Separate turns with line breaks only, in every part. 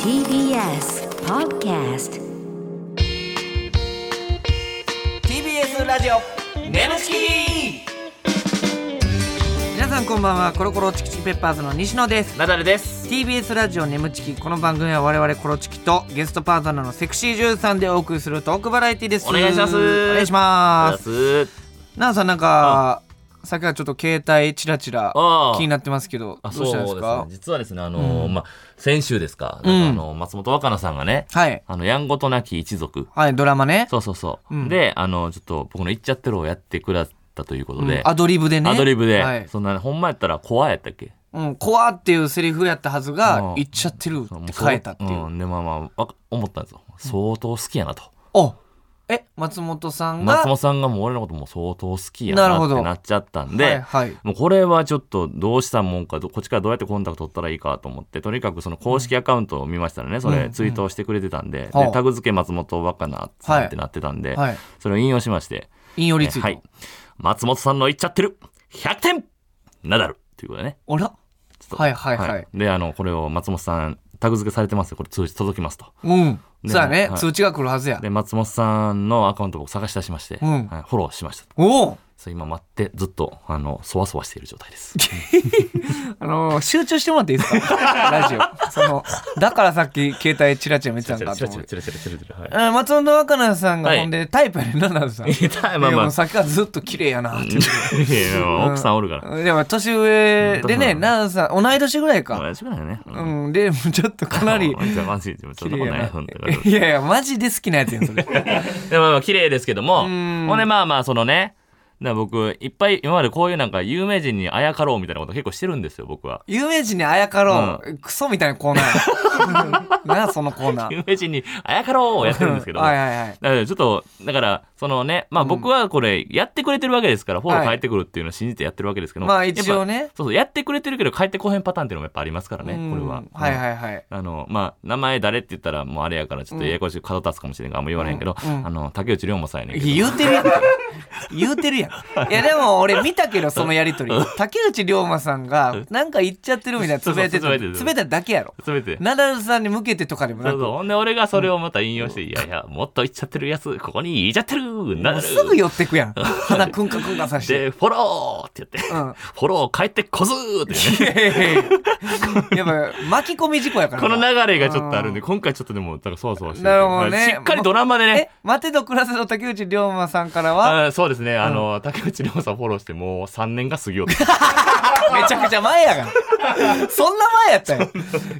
TBS Podcast
TBS ラジオネムチキ
皆さんこんばんはコロコロチキチキペッパーズの西野です
ナダルです。
TBS ラジオ眠チキこの番組は我々コロチキとゲストパートナーのセクシージューさんでお送りするトークバラエティです
お願いします
お願いします
す。
なあさんなんかさっきはちょっと携帯チラチラ
ああ
気になってますけどど
あ
う
そう
し
で
たんですす
ね
か。
実はですね、あのーまあ先週ですか、なんかあの松本若菜さんがね、
はい
あのやんごとなき一族、
はいドラマね
そうそうそう。
ん
で、あのちょっと僕の言っちゃってるをやってくださったということで、
うんアドリブでね
アドリブで、
はい
そんなほんまやったら怖いやったっけ？
うん、怖っていうセリフやったはず
う
が「
ん
言っちゃってる」
も
って
そう
変えたっていう、
んでまあまあわか思ったんですよ。相当好きやなと。
おえ松本さんが
松本さんがもう俺のこともう相当好きやな
なる
っ
ほ
て
ど
なっちゃったんで、
はいはい
もうこれはちょっとどうしたもんかどこっちからどうやってコンタクト取ったらいいかと思ってとにかくその公式アカウントを見ましたらねそれツイートしてくれてたんで,、
は
で
あ
タグ付け松本若菜さんってなってたんで、
はい
それを引用しまして、
引用リ
え
ツイート、
はい、松本さんの言っちゃってる100点ナダルということでね
あら
ちょっと
はいはいはい
であのこれを松本さんタグ付けされてますよこれ通知届きますと
うん
で
そうやね、
はい
通知が来るはずや
で松本さんのアカウントを僕探し出しまして、
うん
はいフォローしました
おお
そう今待ってずっとあのそわそわしている状態です
あのー集中してもらっていいです かラジオ。その、だからさっき携帯チラチラ見てたんだと思って。うん松本若菜さんが
はい
ほんでタイプやねんな、ナナさん。
い やまあまあ
でもさっきはずっと綺麗やなって。
いやいや奥さんおるから。
でも年上でね、
うん
ナナさん、同い年ぐらいか。
大丈夫だよね。
う
うん
ん、で、もうちょっとかなり
まあまあマジで、 そ
綺
ん
麗
なこと
や
ない。
な
本当に。
いやいや、マジで好きなやつやん、それ。
でもまあ綺麗ですけども、
ん
ほんでまあまあそのね、だから僕いっぱい今までこういうなんか有名人にあやかろうみたいなこと結構してるんですよ僕は。
有名人にあやかろう。クソみたいなコーナー や。なあ、そのコーナー。
有名人にあやかろうをやってるんですけど。
はいはいはい。
だからちょっとだからそのねまあ僕はこれやってくれてるわけですから、フォロー
はい
返ってくるっていうのを信じてやってるわけですけど
まあ一応
ね
ね。
そうそうやってくれてるけど返ってこへんパターンっていうのもやっぱありますからね
うん
これは。
はいはいはい。
あの、まあ、名前誰って言ったら、もうあれやから、ちょっとややこしい角立つかもしれんから、あんま言われへんけど、
うんうん
あの、竹内涼真さんやねんけど。
いや言うてるやん 言うてるやんいやでも俺見たけどそのやりとり竹内涼真さんがなんか言っちゃってるみたいなつぶやいてた
そうそうつ
つ
ぶやいてた
ぶやいただけやろ
すべて。
ナダルさんに向けてとかでも
そ
な
う
く
そう。ほんで、俺がそれをまた引用して、いやいや、もっと言っちゃってるやつ、ここに言っちゃってるな
もう
る
すぐ寄ってくやん鼻くんかくんかさして
で、フォローって言って、
うん
フォロー帰ってこずーってね。
い やいやいややっぱ巻き込み事故やから
この
な
流れがちょっとあるんで、今回ちょっとでも、だからそわそわしてる
なるほどね
まあしっかりドラマで
え
ね、
待てど暮らせど竹内涼真さんからは
あそうですね、あの、竹内涼さんフォローしてもう3年が過ぎよう と。
めちゃくちゃ前やがんそんな前やったよ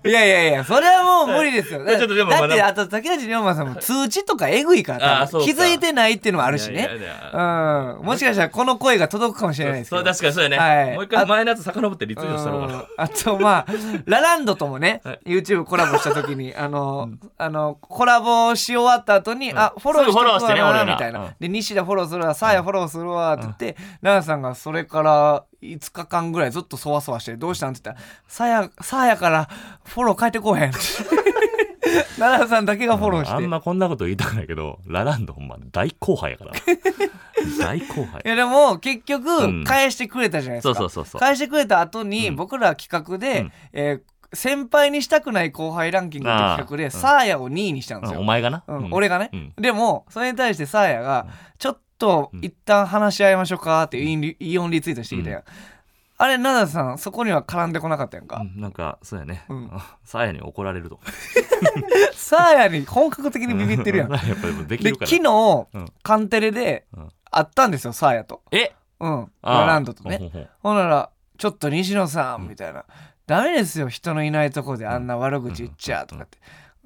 いやいやいやそれはもう無理ですよだ
ちょっとでも
だ
まあ
ってあと竹内涼真さんも通知とかえぐいから
あ
多
そう
分
か
気づいてないっていうのもあるし
い
ね
やいやいや
うんもしかしたらこの声が届くかもしれないですけど
そう、確かにそうやね。
はい
もう一回前のやつ遡ってリツイートしたのかな。
うんあとまあラランドともね
はい
YouTube コラボした時 にあのあのコラボし終わった後にあフォローし
すぐフォローして
て
ね
くわな
俺ら
みたい
うん
なで西田フォローするわサーヤフォローするわって言って奈々さんがそれから5日間ぐらいずっとそわそわしてどうしたんって言ったらサーヤサーヤからフォロー返ってこうへん 奈々さんだけがフォローして
あんまこんなこと言いたくないけど、ラランドほんま大後輩 やから。大後輩
い。やでも結
うん
局返してくれたじゃないですか、
そうそうそうそう
返してくれた後に僕ら企画で、
うん
えー先輩にしたくない後輩ランキングって企画
あー
でサーヤを2位にしたんです
う
よ、
んお前がな。
うん俺がね、
うん
でもそれに対してサーヤが「ちょっと
ん
一旦話し合いましょうか」っていうインリイオンリツイートしてきたやん、あれ奈々さんそこには絡んでこなかったやんか、
うんなんか、そうやね
うん。
さやに怒られると。
サーヤに本格的にビビってるやん
やっ ぱでもでき
で
るか
昨
ら。
日、
うん
カンテレで
うん
会ったんですよサーヤと
え
うん
あー
ラランドとね
ほんほんほ
ほ
ん
んなら、ちょっと西野さん、みたいな。ダメですよ、人のいないとこであんな悪口言っちゃ、とかって。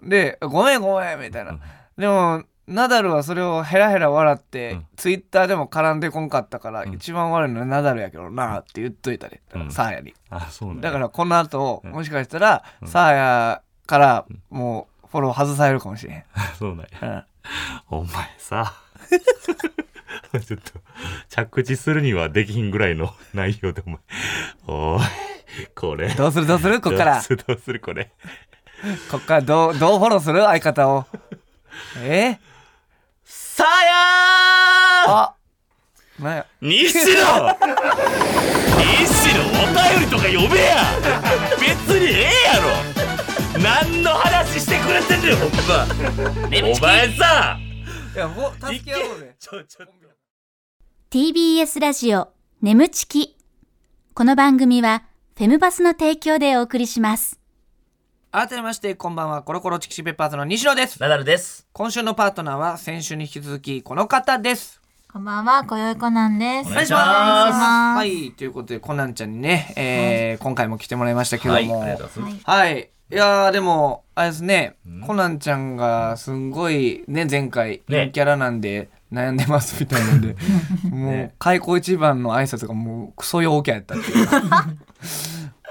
で、ごめんごめん、みたいな。でも、ナダルはそれをヘラヘラ笑って、
うん
ツイッターでも絡んでこんかったから、
ん
一番悪いのはナダルやけどなって言っといたで、
うん
サーヤに。
あ、そうね。
だからこの後、
うん
もしかしたら、サーヤからもうフォロー外されるかもしれへん。
ら、 そうね。
うん
お前さ。 ちょっと、着地するにはできひんぐらいの内容で、お前。おい、これ。
どうするどうするこっから
どう、するどうするこれ。
こっからどう、どうフォローする相方を。えー
さやー
あなんや
西野西野お便りとか呼べや別にええやろ前お前さ
いやほ助け合おうぜ
ちょちょっと
TBS ラジオ眠ちきこの番組はフェムバスの提供でお送りします
改めましてこんばんはコロコロチキシペッパーズの西野です
ナダルです
今週のパートナーは先週に引き続きこの方です
こんばんはこよいこなんです
お願いします
はいということでコナンちゃんにね、えー今回も来てもらいましたけども
はいありがとうございます
はい。いやーでも、あれですね、コナンちゃんがすんごい、ね、前回、
ね
陰キャラなんで、悩んでますみたいなん で、もう、開口一番の挨拶がもう、クソ陽キャやったって いうか。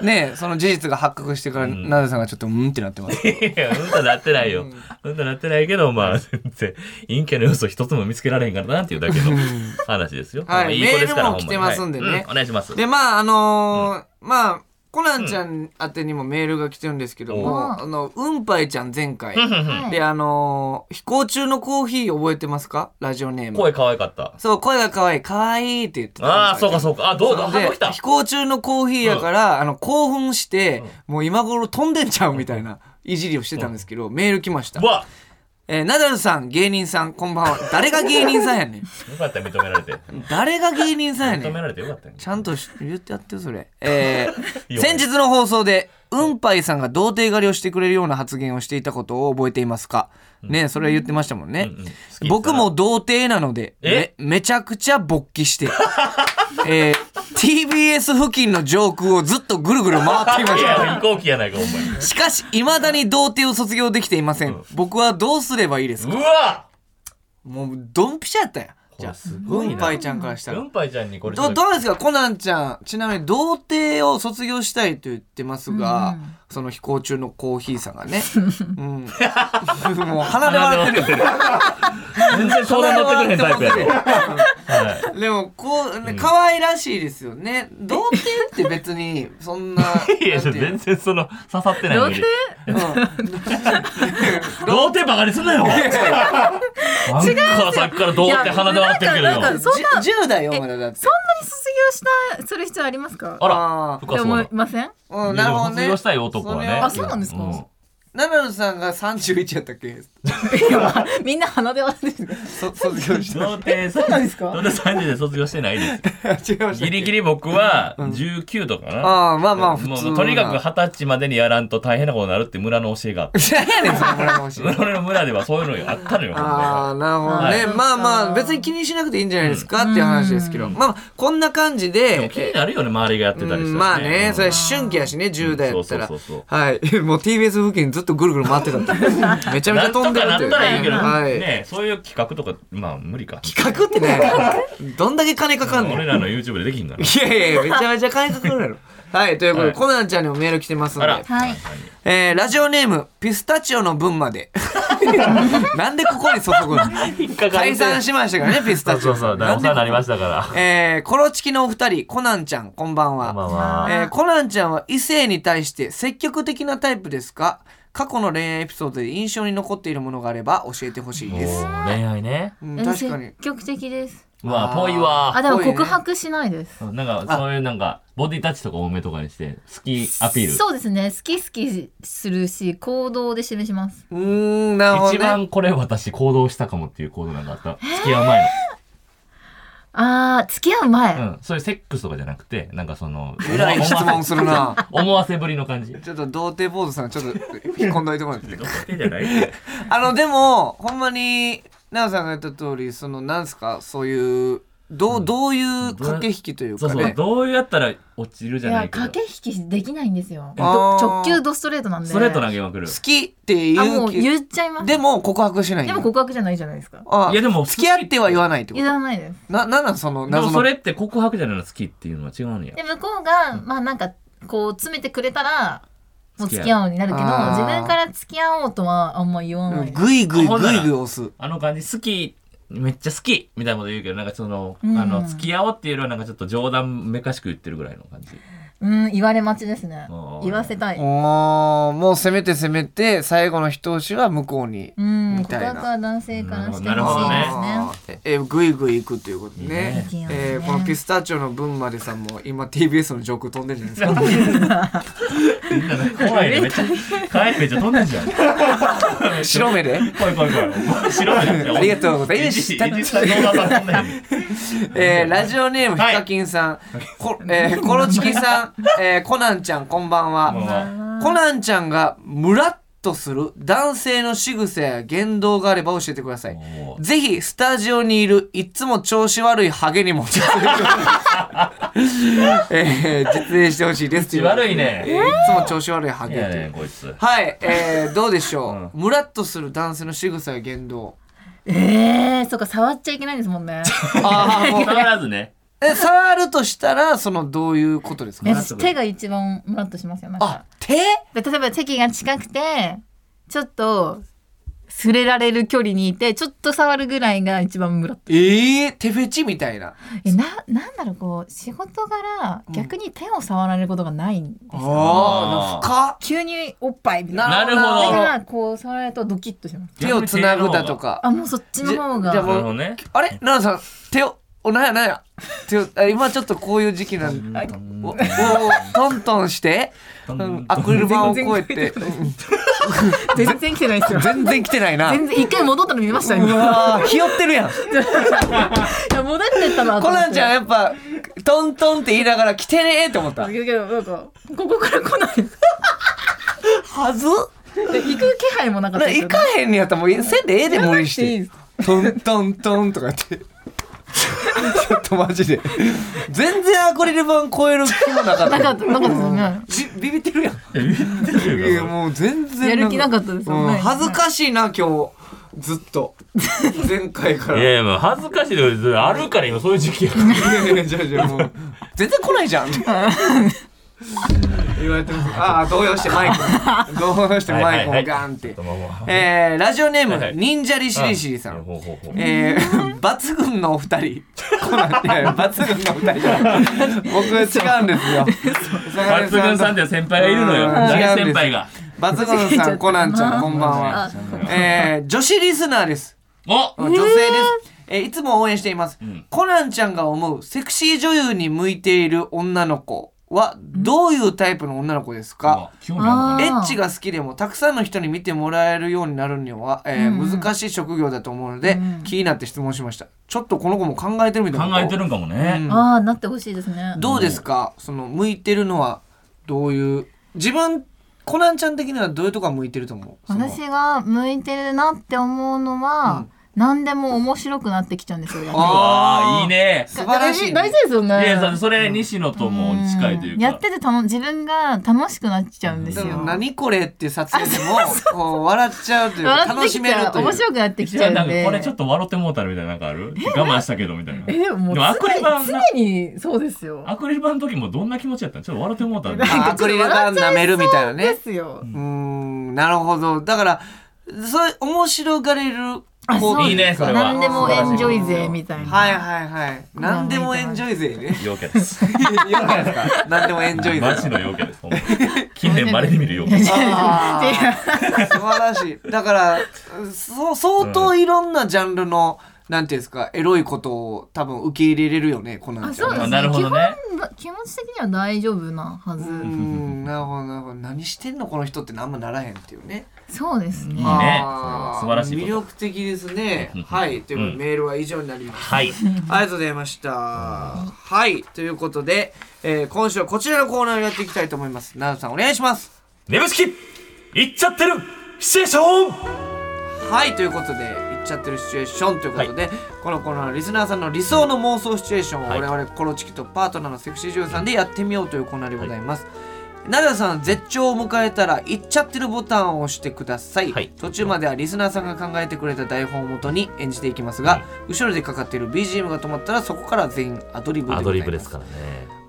ねえ、その事実が発覚してから、
ん
なぜさんがちょっと、うんってなってます。
いやうんとなってないようんとなってないけどまあ全然陰キャの要素一つも見つけられへんからなっていうだけの話ですよ
はい
まあい子ですか
メ
ら
ールも来て
ほまに
ますんでね
はいうんお願いします
で、まあ、あのーまあ、コナンちゃん宛てにもメールが来てるんですけど
お
も、
う
あの、うんぱいちゃん前回、
うんうんうん
で、あのー飛行中のコーヒー覚えてますかラジオネーム。
声可愛かった
そう、声が可愛い、可愛いって言ってた。
ああそうかそうかあどうだ
で
反応来た
飛行中のコーヒーやから、あの、興奮して、もう今頃飛んでんちゃうみたいな、いじりをしてたんですけど、メール来ました
う。わ
えーナダルさん、芸人さん、こんばんは。誰が芸人さんやねん。
よかった認め られて
誰が芸人さんやね
認め
ん。
られてよかったね
ちゃんとし言ってやってよ、それ。 えー
いいよ
先日の放送で、うんぱいさんが童貞狩りをしてくれるような発言をしていたことを覚えていますかねそれは言ってましたもんね。
うんうん好き
僕も童貞なので
え
めめちゃくちゃ勃起して、 えー TBS 付近の上空をずっとぐるぐる回っていま
い
し
や
た
飛行機やないかお前
しかし未だに童貞を卒業できていません、僕はどうすればいいですか
うわ
もうドンピシャやったやんじゃあ
すご
う
い
んぱ
ない
ちゃんからした
う
ら
んぱいちゃんにこれ
どどうですかコナンちゃんちなみに童貞を卒業したいと言ってますが、その飛行中のコーヒーさんが ね、うん、 もう鼻で笑ってる
全然相談乗ってくれへんタイプやろはい
でもこう、ね、可愛らしいですよね。童貞って別にそんな。
いや、
なんていう
全然その、刺さってないのに。
うん
童貞バカにすんなよ違うからさっきから童貞鼻で笑ってるけ
い
ど
やなんかなん
よ。
かそんな
じゅ10代よまだだって。
卒業したする必要ありますか
あら、
あ
深
って
そう
思。
ない
ません
あ、うん、なるほど
卒
ね
業。したい男はね。
あ
そうなんですか
ナダルさんが31やったっけ
いやみんな鼻で笑ってる
そ卒業し
童貞そう
なんですか
童貞30で卒業してないです。
た。違いましたっけ。
ギリギリ僕は19とかかな。
ああ、まあまあ普
もう
通
も
な。
うとにかく二十歳までにやらんと大変なことになるって村の教えがあ って。
知らんやねん、その村越し。
俺の村ではそういうのあったのよ。ほんま
ああ、なるほどね。
はい
まあまあ、別に気にしなくていいんじゃないですかっていう話ですけど。まあまあ、こんな感じ
でも
で
気、になるよね、周りがやってたり
う
し
ん
た
まあ
ら
ね、それ
うん
春季やしね、10代やったら。
そうそうそう
はい。 もう TBS 付近ずっとぐるぐる回ってたって。 めちゃめち
な
ゃ
んと
飛
か
んでるっ
なって
いう。
たらいいけど、
はい。
ねそういう企画とか、まあ無理か。
企画ってね、どんだけ金かかんの
俺
い
らの YouTube でできんからな。
やいや、めちゃめちゃ金かか るやろ。はい、ということで、
はい
コナンちゃんにもメール来てますん
あら
で。。えー、ラジオネーム、ピスタチオの分ま で。なんでここに注ぐの
引っか
解散しましたからね、ピスタチ
そ
オ
う
さ
そ
ん。
う、だお世話になりま
し
したから。
た。えー、コロチキのお二人、コナンちゃん、こんばん
まあ
は。
まあ。
えーコナンちゃんは異性に対して積極的なタイプですか過去の恋愛エピソードで印象に残っているものがあれば教えてほしい
もう
です。
恋愛ね。
うん、確かに
積。極的です
うわ、ぽいわ
あ。でも
ぽいね
告白しないです
なんか、そういうなんか、ボディタッチとか多めとかにして、好きアピール。
そうですね好き好きするし行動で示します
うーん、なるほど、ね。
一番これ私行動したかもっていう行動なんかあった。付き合う前
あー付き合う前、
の。うん。そういうセックスとかじゃなくて、なんかその、
えらい質問するな。
思わせぶりの感じ。
ちょっと童貞坊主さん、ちょっと引っ込んどいてもらって。
じゃない
あの、でも、ほんまに、奈々さんが言った通り、その、なんすか、そういう、どう、どういう駆け引きという
そう
か
そう、
ね。
どうやったら落ちる
い
じゃな
や
いけど
駆。け引きできないんですよど
あー
直球ドストレートなんで
ストレート投げまくる。
好きって
あもう
言うけ
言っちゃいます
でも告白しないん
で
や
も告白じゃないじゃないですか
あ
いやでも
付き合っては言わないってこ
言
と
わないです
な、なんなんその
でも
謎
そ
の
れって告白じゃないの好きっていうのは違うのや
で。向こうが、まあなんかこう詰めてくれたらもう付
付き合う
き合おうになるけど
あー
自分から付き合おうとはあんま言わない、
ぐいぐいぐいぐい押す。
あの感じ好き、めっちゃ好きみたいなこと言うけど、なんかその、
うん
あの、付き合おうっていうよりはなんかちょっと冗談めかしく言ってるぐらいの感じ。
うん、言われ待ちですね
あー。
言わせたい。
おーもう攻めて攻めて最後の一押しは向こうに
うん、
み
告
たいな
白は男性からして
なるほ
ほし
ど
いで
ね
すね。
ええぐいぐいいくっていうことね
いいね
えーこのピスタチオの分までさんも今 TBS の上空飛んでるじゃ ないですか
みんななんか怖いのめっちゃ怖いめっちゃ飛んでんじゃん
白目で
怖い怖い怖い面白いね
ありがとうございま
エ
し
ジ
た
エジさんの動画が飛んでんねん
えーラジオネームヒカキンさん、こえーコロチキさん、えーコナンちゃんこんばんは、
もう
コナンちゃんがムラッとする男性の仕草や言動があれば教えてください
もう
ぜひスタジオにいるいつも調子悪いハゲにも えー実演してほしいです
口悪いね
えーいつも調子悪いハ
い
ゲ
や
という
ねこいつ
はい、えー、どうでしょう、ムラッとする男性の仕草や言動
ええー、そっか、触っちゃいけないんですもんね。
ああもう
触らずね
え触るとしたらそのどういうことですか
え
らず
手が一番ムラッとしますよ。なん
あ
か、
手
例えば席が近くて、ちょっと、触れられる距離にいて、ちょっと触るぐらいが一番ムラッと。
ええ手フェチみたいな
え、な、なんだろう、こう、仕事柄、逆に手を触られることがないんですよ。
ああ
急におっぱいみたいな。
なるほ
だか
ど
ら、こう、触られるとドキッとします。
深っ手をつなぐだとか
あ、もうそっちの方
じゃ
が。
なるほどね
あれ奈々さん手をおなんやなんや手をあ今ちょっとこういう時期なんでおおトントンして、うん、アクリル板を越えて、うん
全然来てないですよ。
全然来てないな
全然、一回戻ったの見ました、
う
今。
わーひよってるやん
いや戻ってったなと
コ
思って
ナンちゃんやっぱトントンって言いながら来てねーって思った
だけどなんかここから 来ない
はず
で行く気配もなかったです
行
よ
かへんにやったらもうせんでええで無理し
いい
て
です
トントントンとかやってちょっとマジで全然アクリル板超える気もなかった
なかったなかったですよね
じビビってるやんいや
い
もう全然
やる気なかったですよ
うん
ね
恥ずかしいな今日ずっと前回からいや
やいやもう恥ずかしいですよあるから今そういう時期やから
いやじゃあじゃあもう全然来ないじゃん言われてますああ動揺してマイク動揺してマイクをガンって
まあまあ
えーラジオネー
はいは
ム
い
忍者りしりしりさ
うんほうほうほう
えー、抜群のお二人。コナンいやいや抜群のお二人じゃない。僕違うんですよ。
抜群さんっていう先輩がいるのよ
うん
大
違うんです
先輩が
抜群さん、コナンちゃん、こんばんは。えー、女子リスナーです。
お
女性です。えーいつも応援しています、
ん
コナンちゃんが思うセクシー女優に向いている女の子はどういうタイプの女の子ですか、
興味あるのかな
うん
エッチが好きでもたくさんの人に見てもらえるようになるには、えー
うんうん
難しい職業だと思うので、
うん
気になって質問しましたちょっとこの子も考えてるみたいなこと
考えてるんかもね。
ああなってほしいですね
どうですかその向いてるのはどういう自分コナンちゃん的にはどういうとこが向いてると思うその
私が向いてるなって思うのは、何でも面白くなってきちゃうんですよやっぱ
う
あ
わあいいね。
素晴らしいね、
大事ですよ
い
ね
やさそれ西野とも近いといううんか。
やってて楽自分が楽しくなっちゃうんです
で
よ
も何これっていう撮影でもこう笑っちゃうというか
笑って
楽
き
し
ち
め
ゃ
る
う
という
面白くなってき
一
ちゃうん
番なんか
で
これちょっと笑ってもうたるみたいななんかある？我慢したけどみたいな。
えもう
でもアクリル板
常に常にそうですよ
アクリル板の時もどんな気持ちやったの？ちょっと笑ってもうた る。
あアクリル板舐めるみたいな
で
ね
すよ
うーんなるほどだからそういう面白がれる子
いいねそれは。
何でもエンジョイ勢みたいな。
はいはいはい何でもエンジョイ勢 ね
陽キャです。
よかったですか 何でもエンジョイ
マジ
勢
の陽キャです。ほんま近年まれに見る陽キャ。
あー素晴らしいだからそ相当いろんなジャンルのなんていうんですかエロいことを多分受け入れれるよねコナン
あ、
ちゃん
そう
は
ですね。
なるほどね
基本は気持ち的には大丈夫なはず。
うんなるほどなるほど何してんのこの人って何もならへんっていうね
そうですね。
いいね
あー
それは素晴らしいこと
魅力的ですねはいということで、
うん
メールは以上になります
はい。
ありがとうございましたはいということで、えー今週はこちらのコーナーをやっていきたいと思います奈々さんお願いします
眠ちき行っちゃってるシチュエーション。
はいということで言っちゃってるシチュエーションということで、このコーナーはリスナーさんの理想の妄想シチュエーションを
は
我々
い
コロチキとパートナーのセクシー女優さんでやってみようというコーナーでございます、ナダさん絶頂を迎えたら言っちゃってるボタンを押してください、
はい
途中まではリスナーさんが考えてくれた台本をもとに演じていきますが、
はい
後ろでかかっている BGM が止まったらそこから全員アドリブでございます
アドリブですからね。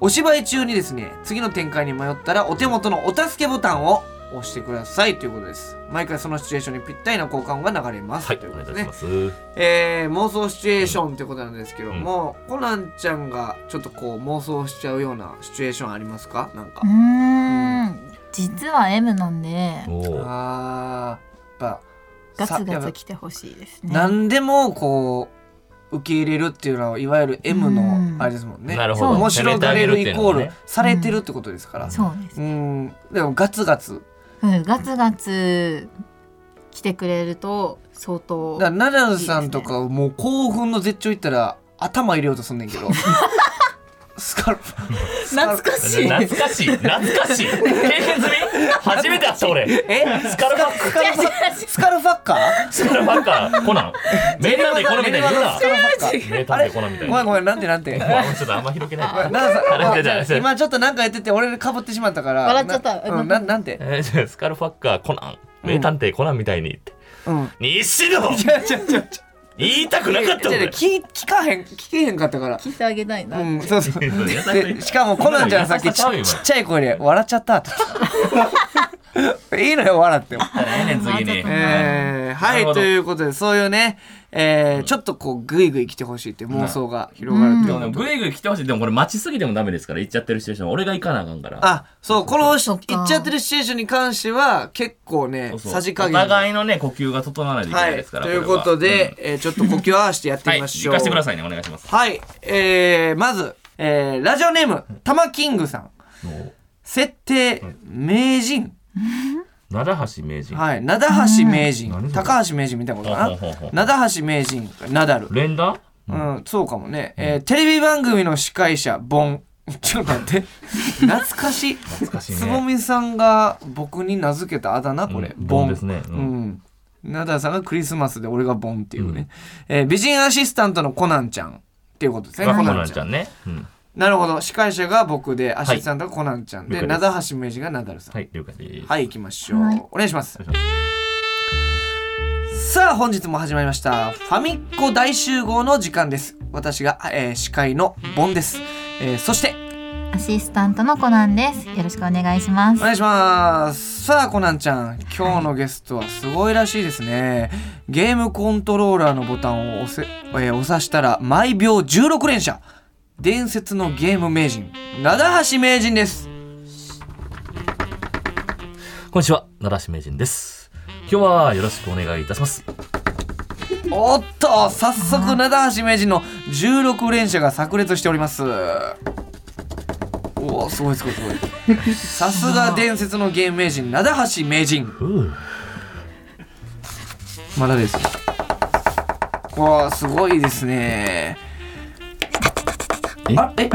お芝居中にですね次の展開に迷ったらお手元のお助けボタンを押してくださいということです毎回そのシチュエーションにぴったりな効果音が流れます、
はい
とい
お
うこ
願い
と
いた
で
し
ね
ます、
えー妄想シチュエーションということなんですけども、コナンちゃんがちょっとこう妄想しちゃうようなシチュエーションありますかなんか、
うーん実は M なんで
おー
あーやっぱ
ガツ
さや
ガ
っ
ツ
ぱ
来てほしいですね
何でもこう受け入れるっていうのはいわゆる M
うん
のあれですもんね、
なるほど
面白がれるイコール
攻めてあげるっていうのはね
されてるってことですから、
そうです、
うんでもガツガツ
うん、ガツガツ来てくれると相当
だからナダルさんとかもう興奮の絶頂いったら頭入れようとすんねんけどスカルプ
懐かしい
懐か しい懐かしい経験済み初めて会った俺
え
スカルファック
スカルファスカルファッカー
スカルファッカー コナン名探偵コナンみたいに言うな
スカルファッカー
名探偵コナンみたい
ごめん
に
ごめんなんてなんて
まあちょっとあんま広げ
ナ
ない
ダルさん
あれじゃあ
ごめん今ちょっとなんかやってて俺かぶってしまったから
笑っちゃった
なうんななんて
えーじゃあスカルファッカーコナン名探偵コナンみたいにって
うん
西野
ちゃちゃちゃち
言いたくなかった
ゃ
俺
聞聞かへん聞けへんかったから
聞いてあげたいな、
うんそうそう
いや
で しかもコナンちゃんさっきち
ちゃうよ
ちっちゃい声で笑っちゃったって言ってたいいのよ笑っても
ええねん次に
えーは
なる
い
ほ
と
ど
いうことでそういうね、えー、ちょっとこうグイグイ来てほしいっていう妄想が広がるというこ
で
と
もねぐいぐい来てほしいでもこれ待ちすぎてもダメですから行っちゃってるシチュエーション俺が行かなあかんから
あそうこの
そっか
行っちゃってるシチュエーションに関しては結構ね
そうそう
さじ加減
お互いのね呼吸が整わないといけ
は
ないで
い
すから
ということで、えーちょっと呼吸合わせてやっ
こ
て
れ
み
は
ま
うんはい
し
行
ょう、
かしてくださいねお願いします
はい、えー、まず、えー、ラジオネームたまキングさん設定名人
灘橋名人
はい灘橋名人
何それ
高橋名人見たいなこと
ほうほうほ
か
う
な灘橋名人ナダル
連打
うん、そうかもね、えーテレビ番組の司会者ボン ちょっと待 って懐かしい
懐かしいね
つぼみさんが僕に名付けたあだ名これ、
うん
ボ
ボ
ン
ンですね
う
うんん
ナダルさんがクリスマスで俺がボンっていうね、えー美人アシスタントのコナンちゃんっていうことですね
が
コ
コ
ナ
ナ
ン
ン
ち
ち
ゃん
ゃんねうん
なるほど司会者が僕でアシスタントがコナンちゃんで、
はい
灘橋明治がナダルさん
はい了解です
はい、行きましょう。お願いします
お。願いし
さあ、本日も始まりました。ファミコ大集合の時間です。私が、えー司会のボンです。えーそして、
アシスタントのコナンですよろしくお願いしま
お
す
願いします。さあ、コナンちゃん、今日のゲストはすごいらしいですね。ゲームコントローラーのボタンを押せ、えー押さしたら、毎秒16連射。伝説のゲーム名人、灘橋名人です。
こんにちは灘橋名人です今日はよろしくお願いいたします
おっと早速灘橋名人の16連射が炸裂しておりますおおすごいすごいすごいさすが伝説のゲーム名人灘橋名人
ふう
まだですわあすごいですね
え
あえ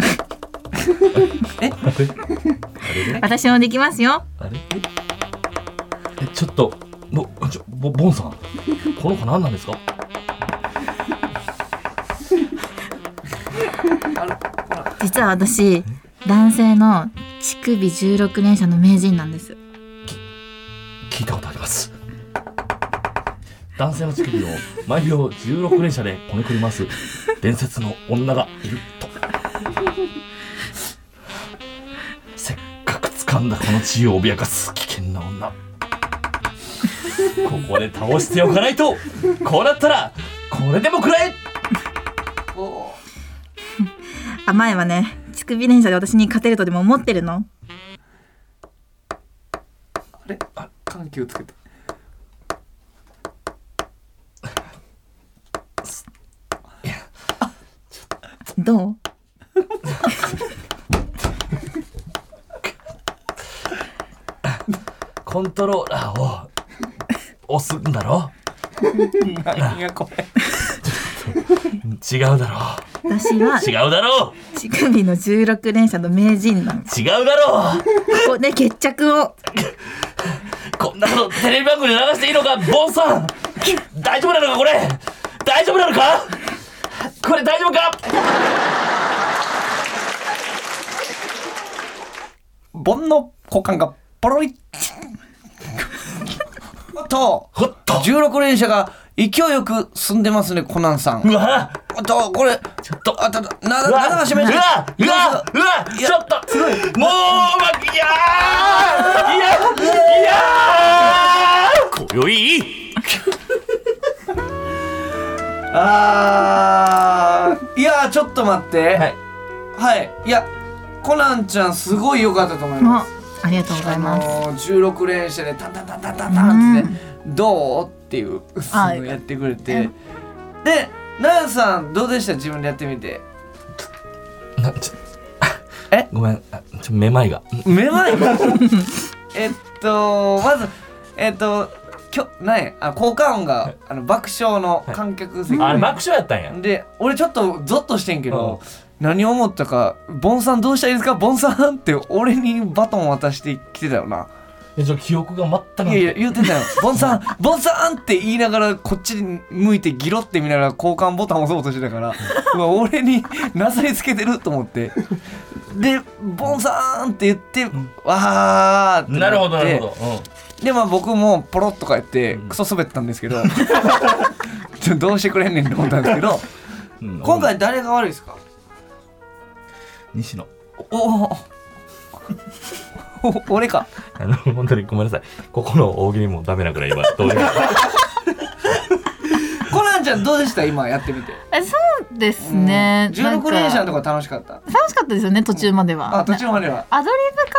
私もできますよ
あれえちょっとぼちょぼボンさんこの子何なんですか
実は私男性の乳首16連射の名人なんです
聞いたことあります男性の乳首を毎秒16連射でこねくり回す伝説の女がいるとせっかく掴んだこの地位を脅かす危険な女ここで倒しておかないとこうなったらこれでも食らえ
お
甘えはね乳首連射で私に勝てるとでも思ってるの
あれあ緩急つけて
どう
コントローラーを押すんだろ
何やこれ
違うだろ
私は
違うだろ
乳首の16連射の名人なのこ
違うだろ
こで決着を
こんなことテレビ番組で流していいのか、ボンさん大丈夫なのか、これ大丈夫なのかこれ大丈夫か
ボンの股間がポロリッおっと
ほっと
16連射が勢いよく進んでますねコナンさん
うわ
あと、これ、
ちょっと
あただ、な、
うわ
ながしめ
う
じ。
わうわうわ
い
ち
や
ょっともううまくいやーいやいやー今宵
あー、いやー、ちょっと待って。
はい。
はい。いや、コナンちゃん、すごい良かったと思います。
あありがとうございます。
あのー、16連射でタンタンタンタンタンタンってね、どうっていう
あ
のを やってくれ
う
てでナンさんどうでした自分でやってみて
なちょ
え
ごめんあちょめまいが
めまい えっとまずえっときょなんやあ効果音があの爆笑の観客席、
あれ爆笑やったんや
で俺ちょっとゾッとしてんけど、何を思ったか「ボンさんどうしたらいいですかボンさん」って俺にバトン渡してきてたよな。
えちょ記憶が全くない
いやいや言うてたよ「ボン さんボンさん!」って言いながらこっちに向いてギロって見ながら交換ボタン押そうとしてた からうわ俺になさりつけてると思ってで「ボンさん!」って言って「わー!」って
なるほど
っ
な
て
るほど、うん
でまあ僕もポロッとかやって
うん
クソ滑ったんですけど ちょどうしてくれんねんと思ったんですけど
うん
今回誰が悪いですか
西野
おおお 俺か
あの本当にごめんなさいここの大喜利もダメなくらい今どうにか
コナンちゃんどうでした今やってみて
えそうですね。なん
16連射のと
か
こ楽しかった
楽しかったですよね途中までは。
あ途中までは
アドリブか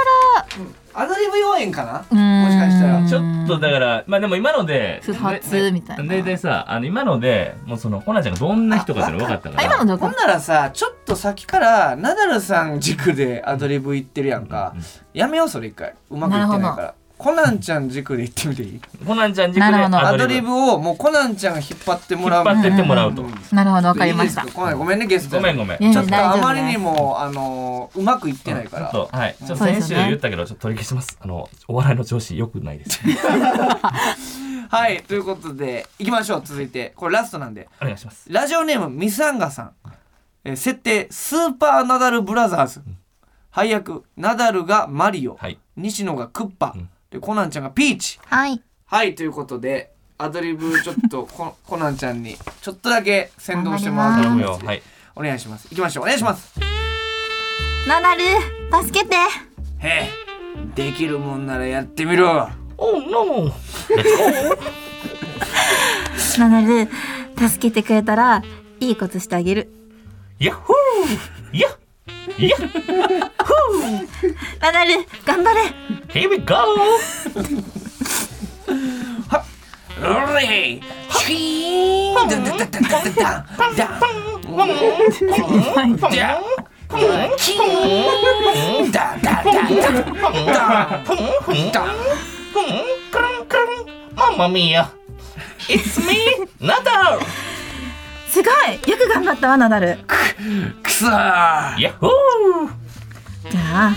アドリブ要因かな
らうーん
もしかしたら
ちょっとだからまあでも今ので
不発みたいな
ででさあの今のでもうそのコナンちゃんがどんな人かっていうの分かったか
あ
ら
今のでよか
ほ
っ
ん
た
ならさちょっと先からナダルさん軸でアドリブ言ってるやんか、やめようそれ一回うまくいってない
な
か
る
らコナンちゃん軸で言ってみていい
コナンちゃん軸で
なるほど
アドリブをもうコナンちゃんが引っ張っても
引っ
らう
張ってってもらうと、
うん
なるほどわかりました。
いいですコナンごめんねゲスト
ごめん
ち
ごめん
いやい
ち
や
ょ
ょ
っと
大丈夫
あ
です
まりにもあのーうまくいってないか
っ
ら
とはいちょっと
そうで
先
す
週
ね
言ったけどちょっと取り消しますあのお笑いの調子良くない です
はいということでいきましょう続いてこれラストなんで
お願いします
ラジオネームミサンガさん、えー設定スーパーナダルブラザーズ、配役ナダルがマリオ、
はい
西野がクッパ、
うん
でコナンちゃんがピーチ
はい。
はいということでアドリブちょっと こコナンちゃんにちょっとだけ先導してもらう
頼
と
む
思
よ
います
はい
お願いしますいきましょうお願いします
ナダル、助けて。
へえできるもんならやってみろ
おノ
ナダル、助けてくれたら、いいことしてあげる。
ーヤッホーヤッヤッ
ナダル、頑張れ。
Here we go
うれいチーンダンダンダンダンダンダンダンじゃキーンダンダンダンダンダンダン
クルンクルンママミヤ It's me ナダル
すごいよく頑張ったわ、ナダル。
くそー
ヤッホ
じゃあ、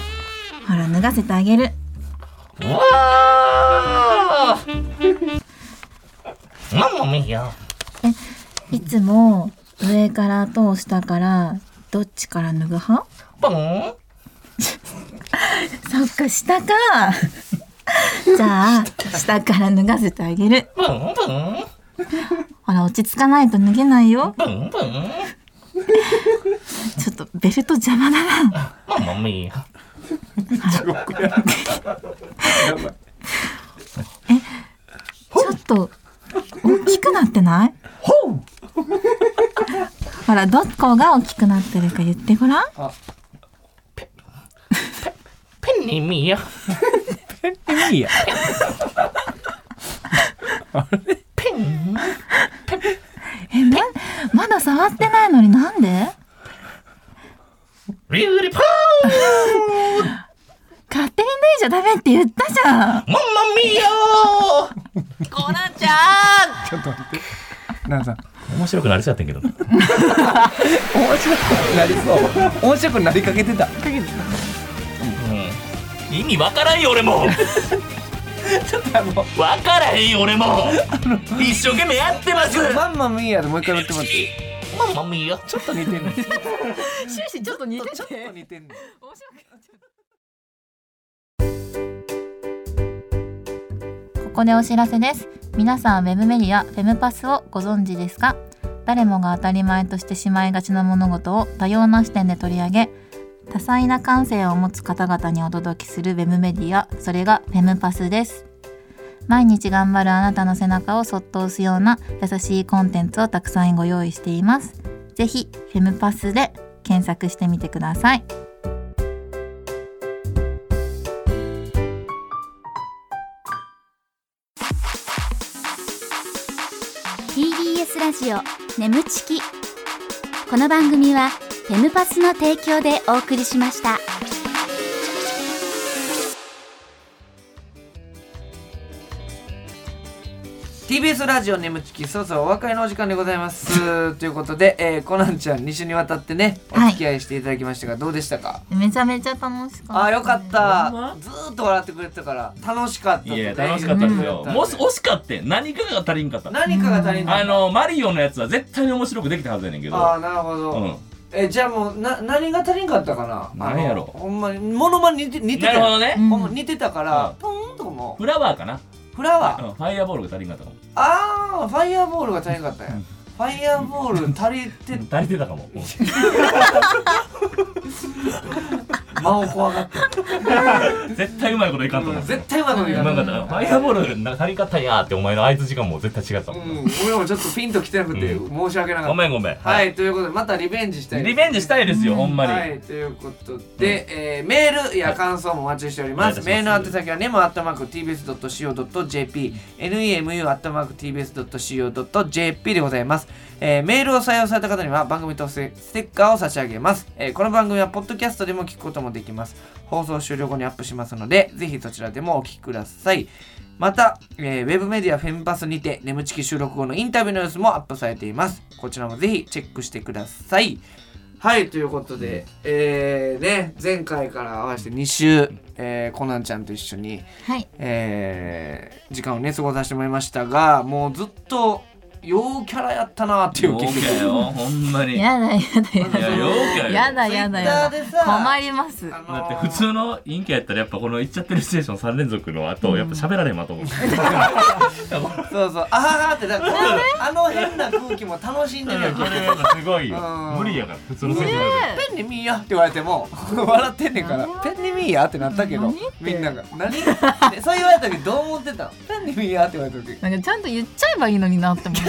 ほら、脱がせてあげる。
ーわーママミヤ
いつも、上からと下から、どっちから脱ぐ派
ポン
そっか、下か。 じゃあ、下から脱がせてあげる。
ブンブン
ほら、落ち着かないと脱げないよ。
ブンブン
ちょっと、ベルト邪魔だな。
ママミヤ
ちょっと、大きくなってないほら、どこが大きくなってるか言ってごらん。
ペニミヤ
いいや
ペン
え、ま、まだ触ってないのになんで
ビューティフル
勝手に脱いじゃダメって言ったじゃん
ママミヤ
コナちゃ
ちょっと待ってなんかさ
面白くなりそうやってんけどな
面白くなりそう面白くなりかけてた
うん意味わからんよ俺も
ちょっとあの
わからへんよ俺も一生懸命やってます
マンマミーやでもう一回やってもらっていい
ママミヤ
ちょっと似てんねんちょっ
終始ちょっと似てて。
と似 てん
ん
ねん
ここでお知らせです皆さんウェブメディアフェムパスをご存知ですか
誰もが当たり前としてしまいがちな物事を多様な視点で取り上げ多彩な感性を持つ方々にお届けするウェブメディアそれがフェムパスです毎日頑張るあなたの背中をそっと押すような優しいコンテンツをたくさんご用意していますぜひフェムパスで検索してみてください
ー TBS ラジオ眠ちきこの番組はフェムパスの提供でお送りしました。
TBS ラジオ眠ちきそろそろお別れのお時間でございますということで、えーコナンちゃん2週にわたってねお付き合いしていただきましたが、どうでしたか
めちゃめちゃ楽しかった
あーよかったずーっと笑ってくれてたから楽しかったと
い
ね
や楽しかったですよ、
うん
もし惜しかって何かが足りんかった
何かが足りない
あのマリオのやつは絶対に面白くできたはずやねんけど
ああなるほど、
う
えじゃあもうな何が足りんかったかな
何やろ
あのほんまにモノマネ似て似
ん
て
な
た
るほど
よ
ね、
うん
ほんま似てたから、
うん
ポーンとかも
フラワーかな、
フラワー、
うん、ファイアボールが足りんかったかも
ああファイヤーボールが足りんかったんや、
うん
ファイヤーボール足りて
足りてたかも
間を怖がって
絶対うまいこといかんと思う、
絶対うまくい
な
か
ん
な
か
い
ったなファイアボールな足りんかったんやーってお前の合図時間も絶対違ったもん
うん、俺もちょっとピンときてなくて申し訳なか
ご
った。
めんごめん
はい、ということでまたリベンジしたいです
リベンジしたいですよ、ほんまに、
はい、ということで、えーメールや感想もお待ちしております。
はい
メールの宛先は nemu.tbs.co.jp、nemu.tbs.co.jp でございます。えーメールを採用された方には番組特製ステッカーを差し上げます、えーこの番組はポッドキャストでも聞くこともできます。放送終了後にアップしますので、ぜひそちらでもお聞きください。また、えーウェブメディアフェムパスにて、眠ちき収録後のインタビューの様子もアップされています。こちらもぜひチェックしてください。はい、ということで、えー、ね、前回から合わせて2週、えー、コナンちゃんと一緒に、
はい
えー、時間をね、過ごさせてもらいましたが、もうずっと、陽キャラやったなっていう
陽キ
気
ャよほんまにい
や
や
だやだやだ
陽キャよ
やだやだやだ
Twitter でさ
困ります
あの
だ
ー
って普通の陰キャやったらやっぱこの「行っちゃってるステーション」3連続の後やっぱ喋られんわ と思う、
そうそう、あははって、だから、あの変な空気も楽しんでるよ、
こ
君。
れがすごいよ
うん
無理やから普通のステーションや
ペンに見ーやって言われても笑ってんねんからペンに見ーやってなったけど
何って
みんなが何でそう言われた時どう思ってたのペンに見ーやって言われた時
なんかちゃんと言っちゃえばいいのにな って思うち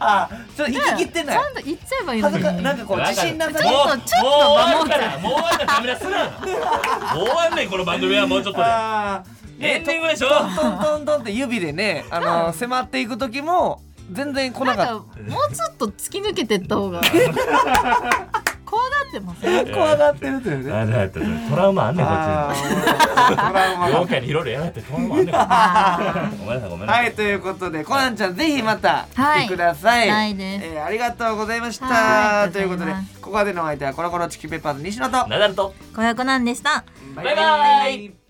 あちょっと息切ってない
ゃんと言っちゃえばいいの
恥ず
に
かなんかこう自信なさ
ちょっとちょっと
もうもう終わ
守
る
っ
か
て
らもう終わるからカメラすなもう終わんねんこの番組はもうちょっとで
あー
エンディングでしょ
トントントンって指でねあの迫っていく時も全然来
な
なんか
か
っ
もうちょっと突き抜けてった 方がこうなってません
た怖がってるというね
あだやったトラウマあんねんこ
あ
っ
ートラウマ
ちに
が
妖怪にいろいろやられてトラウマあんねんこっちにごめんなさいごめんなさい
はいということでコナンちゃんぜひまた来てください、
はいです
えーありがとうございました、
はい
ということで
ありがとうございます
ここまでのお相手はコロコロチキペッパーズ西野と
ナダルと
子役なんでした
バ
イバイ
イ